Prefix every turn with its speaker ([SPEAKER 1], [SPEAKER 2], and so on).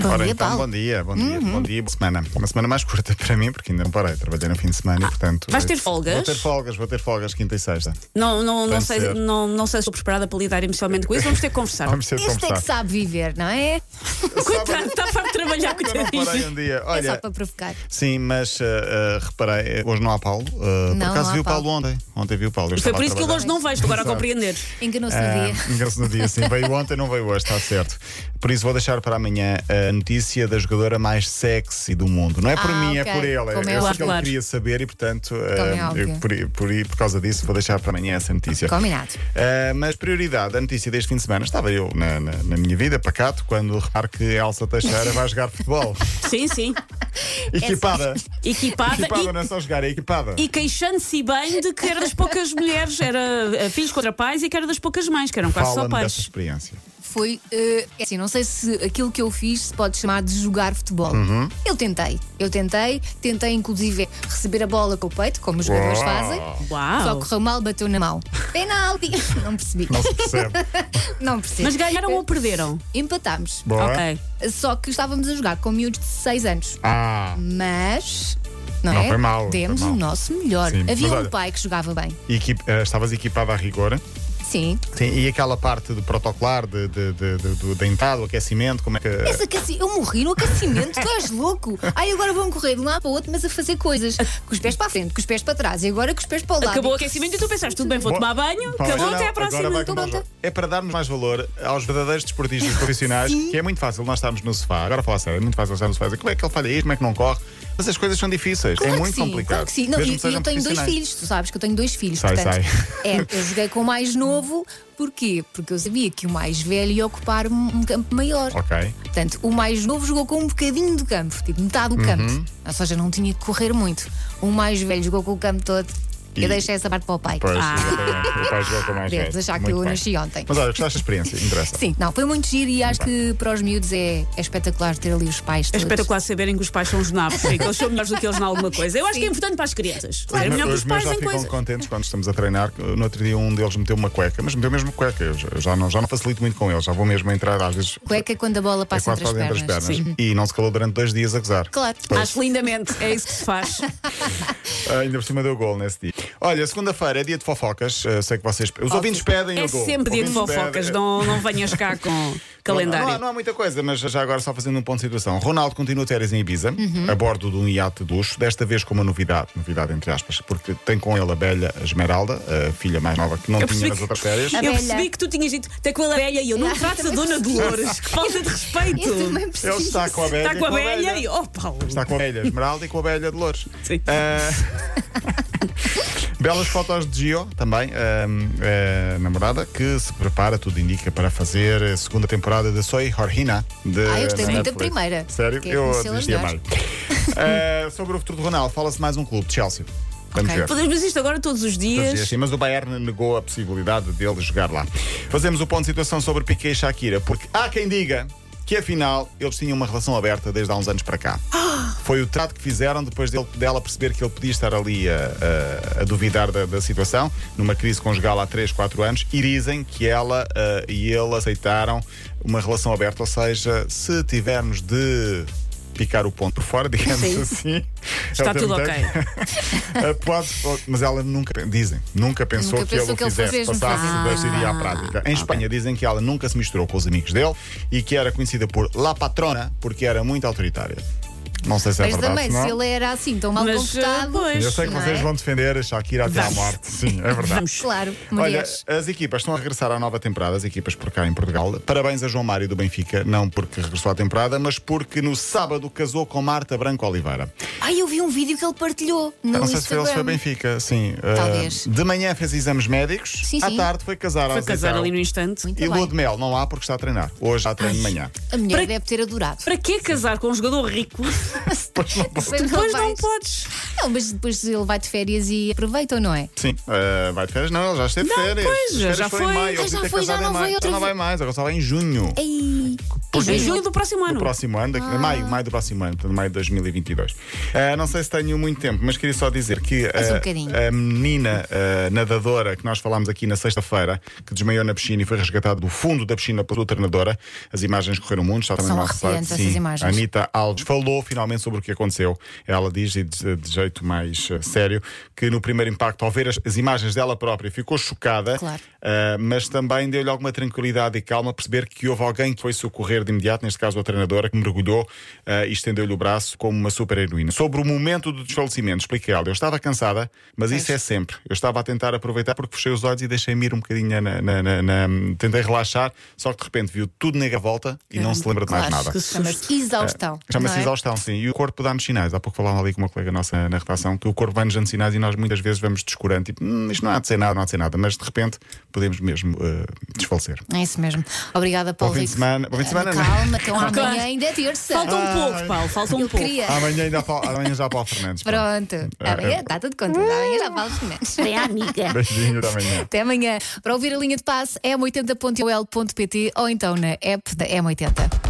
[SPEAKER 1] Bom
[SPEAKER 2] Ora
[SPEAKER 1] dia,
[SPEAKER 2] então,
[SPEAKER 1] Paulo.
[SPEAKER 2] bom dia, bom dia,
[SPEAKER 1] Uhum.
[SPEAKER 2] bom dia, boa semana. Uma semana mais curta para mim, porque ainda não parei, trabalhei no fim de
[SPEAKER 1] Ah,
[SPEAKER 2] semana e, portanto.
[SPEAKER 3] vais ter
[SPEAKER 2] eh,
[SPEAKER 3] folgas?
[SPEAKER 2] Vou ter folgas, vou ter folgas quinta e sexta.
[SPEAKER 3] Não, não, não,
[SPEAKER 2] Tem
[SPEAKER 3] sei,
[SPEAKER 2] ser.
[SPEAKER 3] não, não sei se estou preparada para lidar emocionalmente com isso. Vamos ter que conversar.
[SPEAKER 2] Vamos ter de
[SPEAKER 1] Este é que
[SPEAKER 2] conversar.
[SPEAKER 1] sabe viver, não é?
[SPEAKER 3] Coitado, está farto de trabalhar,
[SPEAKER 2] Ainda não parei
[SPEAKER 3] coitadinho.
[SPEAKER 2] um dia.
[SPEAKER 1] é só
[SPEAKER 2] Olha,
[SPEAKER 1] para provocar.
[SPEAKER 2] sim, mas eh, eh, reparei, eh, hoje não há Paulo. eh, por
[SPEAKER 1] Não,
[SPEAKER 2] acaso
[SPEAKER 1] não há
[SPEAKER 2] vi o Paulo,
[SPEAKER 1] Paulo.
[SPEAKER 2] ontem. Ontem vi o Paulo. eu
[SPEAKER 3] Foi
[SPEAKER 2] estava
[SPEAKER 3] por
[SPEAKER 2] a
[SPEAKER 3] isso que ele
[SPEAKER 2] trabalhar.
[SPEAKER 3] hoje não vejo, estou agora a
[SPEAKER 2] Exato.
[SPEAKER 3] compreender.
[SPEAKER 1] Enganou-se
[SPEAKER 2] Ah,
[SPEAKER 1] no dia.
[SPEAKER 2] Engraçado no dia, sim. Veio ontem, não veio hoje, está certo. Por isso vou deixar para amanhã a notícia da jogadora mais sexy do mundo. Não é por
[SPEAKER 1] Ah,
[SPEAKER 2] mim,
[SPEAKER 1] ok.
[SPEAKER 2] é por ele.
[SPEAKER 1] Como é
[SPEAKER 2] eu sei
[SPEAKER 3] óbvio.
[SPEAKER 2] que ele
[SPEAKER 3] Claro.
[SPEAKER 2] queria saber e, portanto,
[SPEAKER 1] é
[SPEAKER 2] ah, eu
[SPEAKER 1] óbvio.
[SPEAKER 2] por, por, por causa disso, vou deixar para amanhã essa notícia.
[SPEAKER 1] Combinado.
[SPEAKER 2] Ah, mas prioridade, a notícia deste fim de semana, estava eu na, na- na minha vida, pacato, quando reparo que Elsa Teixeira vai jogar futebol.
[SPEAKER 3] Sim, sim.
[SPEAKER 2] Equipada.
[SPEAKER 3] Equipada.
[SPEAKER 2] Equipada, não é só jogar, é equipada.
[SPEAKER 3] E, e queixando-se bem de que era das poucas mulheres, era eh, filhos contra pais e que era das poucas mães, que eram quase só
[SPEAKER 2] Fala-me dessa
[SPEAKER 3] pais.
[SPEAKER 2] experiência.
[SPEAKER 1] Foi eh, é assim, não sei se aquilo que eu fiz se pode chamar de jogar futebol.
[SPEAKER 2] Uhum.
[SPEAKER 1] Eu tentei, eu tentei, tentei inclusive receber a bola com o peito, como os jogadores
[SPEAKER 2] Uau.
[SPEAKER 1] fazem. Só
[SPEAKER 3] Uau!
[SPEAKER 1] correu mal, bateu na mão. Penalti! Não percebi.
[SPEAKER 2] Não se percebe.
[SPEAKER 1] Não percebi.
[SPEAKER 3] Mas ganharam ou perderam?
[SPEAKER 1] Empatámos.
[SPEAKER 2] Boa.
[SPEAKER 3] Ok.
[SPEAKER 1] Só que estávamos a jogar com miúdos de 6 anos.
[SPEAKER 2] Ah,
[SPEAKER 1] Mas. Não,
[SPEAKER 2] Não,
[SPEAKER 1] é?
[SPEAKER 2] foi mal, foi
[SPEAKER 1] Demos
[SPEAKER 2] mal.
[SPEAKER 1] o nosso melhor.
[SPEAKER 2] Sim,
[SPEAKER 1] Havia
[SPEAKER 2] mas
[SPEAKER 1] um
[SPEAKER 2] olha-
[SPEAKER 1] pai que jogava bem.
[SPEAKER 2] equip- ah, estavas equipada à rigor.
[SPEAKER 1] Sim.
[SPEAKER 2] Sim, e aquela parte do protocolar, de, de, de, de- do dentado, aquecimento, como é que.
[SPEAKER 1] Esse aqueci- Eu morri no aquecimento, tu és louco. Ai, agora vão correr de um lado para o outro, mas a fazer coisas. Com os pés para a frente, com os pés para trás e agora com os pés para o lado.
[SPEAKER 3] Acabou o aquecimento e tu pensaste, tudo bem, vou
[SPEAKER 2] Bom,
[SPEAKER 3] tomar banho,
[SPEAKER 2] Paulo,
[SPEAKER 3] acabou,
[SPEAKER 2] não,
[SPEAKER 3] até à
[SPEAKER 2] agora
[SPEAKER 3] próxima.
[SPEAKER 2] vai
[SPEAKER 3] Estou
[SPEAKER 2] acabar
[SPEAKER 3] pronta.
[SPEAKER 2] já. É para darmos mais valor aos verdadeiros desportistas profissionais, que é muito fácil nós estarmos no sofá. Agora falar sério, é muito fácil estar no sofá. e dizer, Como é que ele falha isto? Como é que não corre? Mas as coisas são difíceis,
[SPEAKER 1] Claro
[SPEAKER 2] é
[SPEAKER 1] que
[SPEAKER 2] muito
[SPEAKER 1] sim,
[SPEAKER 2] complicado.
[SPEAKER 1] Claro que sim. Não,
[SPEAKER 2] mesmo
[SPEAKER 1] e-
[SPEAKER 2] que
[SPEAKER 1] e
[SPEAKER 2] sejam
[SPEAKER 1] eu tenho dois
[SPEAKER 2] profissionais.
[SPEAKER 1] filhos, tu sabes que eu tenho dois filhos.
[SPEAKER 2] Sai,
[SPEAKER 1] portanto,
[SPEAKER 2] sai.
[SPEAKER 1] É, eu joguei com o mais novo, porquê? Porque eu sabia que o mais velho ia ocupar um um campo maior.
[SPEAKER 2] Ok.
[SPEAKER 1] Portanto, o mais novo jogou com um bocadinho do campo, tipo metade
[SPEAKER 2] Uhum.
[SPEAKER 1] do campo. Ou seja, não tinha que correr muito. O mais velho jogou com o campo todo.
[SPEAKER 2] E-
[SPEAKER 1] Eu deixei essa parte para o pai.
[SPEAKER 2] Pois,
[SPEAKER 3] Ah.
[SPEAKER 2] exatamente. O pai jogou com mais
[SPEAKER 1] Deves
[SPEAKER 2] velho.
[SPEAKER 1] achar que
[SPEAKER 2] Muito
[SPEAKER 1] eu
[SPEAKER 2] bem.
[SPEAKER 1] nasci ontem.
[SPEAKER 2] Mas olha, gostaste da experiência, interessa.
[SPEAKER 1] Sim, não, foi muito giro e acho que para os miúdos é, é espetacular ter ali os pais.
[SPEAKER 3] É
[SPEAKER 1] Todos.
[SPEAKER 3] espetacular saberem que os pais são os nabos, sim, que eles são melhores do que eles em alguma coisa. Eu acho que é importante para as crianças. É melhor que os
[SPEAKER 2] Os meus
[SPEAKER 3] pais
[SPEAKER 2] já
[SPEAKER 3] em
[SPEAKER 2] ficam
[SPEAKER 3] coisas.
[SPEAKER 2] contentes quando estamos a treinar. No outro dia um deles meteu uma cueca, mas meteu mesmo cueca. Eu já- já não, já não facilito muito com eles, já vou mesmo entrar às vezes.
[SPEAKER 1] Cueca quando a bola
[SPEAKER 2] É
[SPEAKER 1] passa
[SPEAKER 2] quase
[SPEAKER 1] entre as
[SPEAKER 2] para dentro
[SPEAKER 1] pernas.
[SPEAKER 2] das pernas. E não se calou durante dois dias a gozar.
[SPEAKER 1] Claro.
[SPEAKER 3] Acho lindamente, é isso que se faz.
[SPEAKER 2] Ah, ainda por cima deu gol nesse dia. Olha, segunda-feira é dia de fofocas. Ah, sei que vocês. Os ouvintes pedem
[SPEAKER 3] É
[SPEAKER 2] eu dou.
[SPEAKER 3] sempre dia de
[SPEAKER 2] Ouvintes
[SPEAKER 3] fofocas,
[SPEAKER 2] pedem-
[SPEAKER 3] não, não venhas cá com
[SPEAKER 2] é. Não, há-
[SPEAKER 3] calendário.
[SPEAKER 2] não há muita coisa, mas já agora só fazendo um ponto de situação. Ronaldo continua de férias em Ibiza,
[SPEAKER 3] Uhum.
[SPEAKER 2] a bordo de um iate de luxo, desta vez com uma novidade, novidade entre aspas, porque tem com ele a bela Esmeralda, a filha mais nova que não
[SPEAKER 3] Eu
[SPEAKER 2] tinha
[SPEAKER 3] percebi
[SPEAKER 2] nas
[SPEAKER 3] que- é
[SPEAKER 2] outras férias.
[SPEAKER 1] A
[SPEAKER 3] Eu
[SPEAKER 1] velha.
[SPEAKER 3] percebi que tu tinhas dito, tem com a velha e eu não
[SPEAKER 1] Eu
[SPEAKER 3] trato a
[SPEAKER 1] também
[SPEAKER 3] Dona Dolores. Que falta de respeito.
[SPEAKER 1] Eu também preciso.
[SPEAKER 2] Ele está com a velha.
[SPEAKER 3] Está com a velha e. Oh, Paulo.
[SPEAKER 2] Está com a velha Esmeralda e com a velha de Lourdes.
[SPEAKER 3] Sim.
[SPEAKER 2] Ah, Belas fotos de Gio, também, ah, ah, namorada, que se prepara, tudo indica, para fazer a segunda temporada da Soy Jorgina. De,
[SPEAKER 1] Ah, eu gostei
[SPEAKER 2] na
[SPEAKER 1] muito da
[SPEAKER 2] Netflix.
[SPEAKER 1] primeira.
[SPEAKER 2] Sério?
[SPEAKER 1] Quero
[SPEAKER 2] Eu
[SPEAKER 1] conhecê-las
[SPEAKER 2] desisti a
[SPEAKER 1] melhor.
[SPEAKER 2] meio. Ah, sobre o futuro do Ronaldo, fala-se mais um clube, Chelsea. Vamos
[SPEAKER 1] Ok.
[SPEAKER 2] ver.
[SPEAKER 3] Podemos ver isto agora todos
[SPEAKER 2] Todos
[SPEAKER 3] os
[SPEAKER 2] os
[SPEAKER 3] dias.
[SPEAKER 2] dias, sim, mas o Bayern negou a possibilidade dele jogar lá. Fazemos o ponto de situação sobre Piquet e Shakira, porque há quem diga que afinal eles tinham uma relação aberta desde há uns anos para cá. Foi o trato que fizeram depois dele- dela perceber que ele podia estar ali a, a- a duvidar da, da situação, numa crise conjugal há 3, 4 anos, e dizem que ela ah, e ele aceitaram uma relação aberta, ou seja, se tivermos de picar o ponto por fora, digamos
[SPEAKER 3] Sim.
[SPEAKER 2] assim.
[SPEAKER 3] Está
[SPEAKER 2] ele
[SPEAKER 3] tudo
[SPEAKER 2] tem-
[SPEAKER 3] ok.
[SPEAKER 2] Uh, pode, pode- mas ela nunca, dizem, nunca pensou
[SPEAKER 1] Nunca
[SPEAKER 2] que
[SPEAKER 1] pensou
[SPEAKER 2] ele o
[SPEAKER 1] que ele Ah.
[SPEAKER 2] fizesse,
[SPEAKER 1] fosse
[SPEAKER 2] passasse
[SPEAKER 1] juntar.
[SPEAKER 2] da seria à prática. Em Espanha dizem que ela nunca se misturou com os amigos dele e que era conhecida por La Patrona porque era muito autoritária. Não sei se é
[SPEAKER 1] Mas
[SPEAKER 2] verdade.
[SPEAKER 1] também,
[SPEAKER 2] se não.
[SPEAKER 1] se ele era assim tão mal
[SPEAKER 3] Mas,
[SPEAKER 1] comportado.
[SPEAKER 3] pois.
[SPEAKER 2] Eu sei que
[SPEAKER 1] não
[SPEAKER 2] vocês
[SPEAKER 1] é?
[SPEAKER 2] vão defender a Shakira até à
[SPEAKER 3] Vamos.
[SPEAKER 2] morte. Sim, é verdade.
[SPEAKER 3] Vamos.
[SPEAKER 1] Claro,
[SPEAKER 2] Olha,
[SPEAKER 1] mulheres.
[SPEAKER 2] as equipas estão a regressar à nova temporada, as equipas por cá em Portugal. Parabéns a João Mário do Benfica, não porque regressou à temporada, mas porque no sábado casou com Marta Branco Oliveira.
[SPEAKER 1] Ai, eu vi um vídeo que ele partilhou no
[SPEAKER 2] Eu Não sei se foi
[SPEAKER 1] Instagram.
[SPEAKER 2] ele, se foi Benfica, sim. Ah,
[SPEAKER 1] Talvez.
[SPEAKER 2] de manhã fez exames médicos,
[SPEAKER 1] Sim,
[SPEAKER 2] à
[SPEAKER 1] sim.
[SPEAKER 2] tarde foi casar
[SPEAKER 3] Foi
[SPEAKER 2] ao
[SPEAKER 3] casar
[SPEAKER 2] Zezão.
[SPEAKER 3] ali no instante.
[SPEAKER 1] Muito
[SPEAKER 2] E lua
[SPEAKER 1] bem.
[SPEAKER 2] de mel não há porque está a treinar. Hoje há treino de manhã.
[SPEAKER 1] A mulher
[SPEAKER 3] Para-
[SPEAKER 1] deve ter adorado.
[SPEAKER 3] Para que casar com um jogador rico
[SPEAKER 2] Depois não posso.
[SPEAKER 1] Depois
[SPEAKER 3] Depois
[SPEAKER 1] não
[SPEAKER 3] não
[SPEAKER 1] vais.
[SPEAKER 3] podes.
[SPEAKER 1] Não, mas depois ele vai de férias e aproveita ou não é?
[SPEAKER 2] Sim, eh, vai de férias? Não, ele já esteve de
[SPEAKER 3] Não,
[SPEAKER 2] férias.
[SPEAKER 3] pois,
[SPEAKER 2] As
[SPEAKER 3] já-
[SPEAKER 2] férias
[SPEAKER 3] já
[SPEAKER 2] foram em
[SPEAKER 3] foi.
[SPEAKER 2] maio,
[SPEAKER 1] Ah,
[SPEAKER 2] ele
[SPEAKER 1] já
[SPEAKER 2] devia ter
[SPEAKER 1] foi, já
[SPEAKER 2] casado em
[SPEAKER 1] não
[SPEAKER 2] maio.
[SPEAKER 1] vai outra
[SPEAKER 2] Já não vai
[SPEAKER 1] vez.
[SPEAKER 2] mais, agora só vai em junho.
[SPEAKER 1] Ei,
[SPEAKER 2] Pois
[SPEAKER 3] Em
[SPEAKER 2] é.
[SPEAKER 3] julho do próximo
[SPEAKER 2] No
[SPEAKER 3] ano.
[SPEAKER 2] próximo ano,
[SPEAKER 1] Ah.
[SPEAKER 2] daqui- maio, maio do próximo ano, portanto, maio de 2022. Ah, não sei se tenho muito tempo, mas queria só dizer que
[SPEAKER 1] Mas um
[SPEAKER 2] ah,
[SPEAKER 1] bocadinho.
[SPEAKER 2] a menina ah, nadadora que nós falámos aqui na sexta-feira, que desmaiou na piscina e foi resgatada do fundo da piscina pela sua treinadora, as imagens correram o mundo, está também
[SPEAKER 1] São
[SPEAKER 2] no nosso site.
[SPEAKER 1] arrepiantes essas
[SPEAKER 2] Sim,
[SPEAKER 1] imagens.
[SPEAKER 2] a Anitta Alves falou finalmente sobre o que aconteceu. Ela diz, e de, de jeito mais ah, sério, que no primeiro impacto, ao ver as, as imagens dela própria, ficou chocada,
[SPEAKER 1] Claro.
[SPEAKER 2] ah, mas também deu-lhe alguma tranquilidade e calma perceber que houve alguém que foi socorrer de imediato, neste caso a treinadora, que mergulhou ah, e estendeu-lhe o braço como uma super heroína. Sobre o momento do desfalecimento, expliquei ela. Eu estava cansada, mas isso é sempre. Eu estava a tentar aproveitar porque fechei os olhos e deixei-me ir um bocadinho na, na- na- na- tentei relaxar, só que de repente viu tudo na volta e não se lembra de mais
[SPEAKER 1] claro,
[SPEAKER 2] nada.
[SPEAKER 3] que
[SPEAKER 1] chama-se exaustão.
[SPEAKER 2] Chama-se
[SPEAKER 1] não é?
[SPEAKER 2] exaustão, sim. E o corpo dá-nos sinais. Há pouco falava ali com uma colega nossa na redação que o corpo vai-nos dando sinais e nós muitas vezes vamos descurando, tipo, "Hum, isto não há de ser nada, não há de ser nada, mas de repente podemos mesmo eh, desfalecer.
[SPEAKER 1] É isso mesmo. Obrigada, Paulo.
[SPEAKER 2] Bom fim de
[SPEAKER 1] Rico.
[SPEAKER 2] semana- bom fim de semana, não. é?
[SPEAKER 1] Calma, então
[SPEAKER 3] Claro.
[SPEAKER 1] amanhã ainda é terça.
[SPEAKER 3] Falta um
[SPEAKER 2] Ah.
[SPEAKER 3] pouco, Paulo, falta um
[SPEAKER 1] Eu
[SPEAKER 3] pouco.
[SPEAKER 1] queria.
[SPEAKER 2] Amanhã ainda há Paulo- amanhã já há Paulo Fernandes. pronto.
[SPEAKER 1] Pronto. Amanhã está tudo contigo. Amanhã já falo Fernandes.
[SPEAKER 3] Bem, amiga.
[SPEAKER 2] Beijinho da manhã.
[SPEAKER 1] Até amanhã. Para ouvir a linha de passe, m80.ol.pt ou então na app da M80.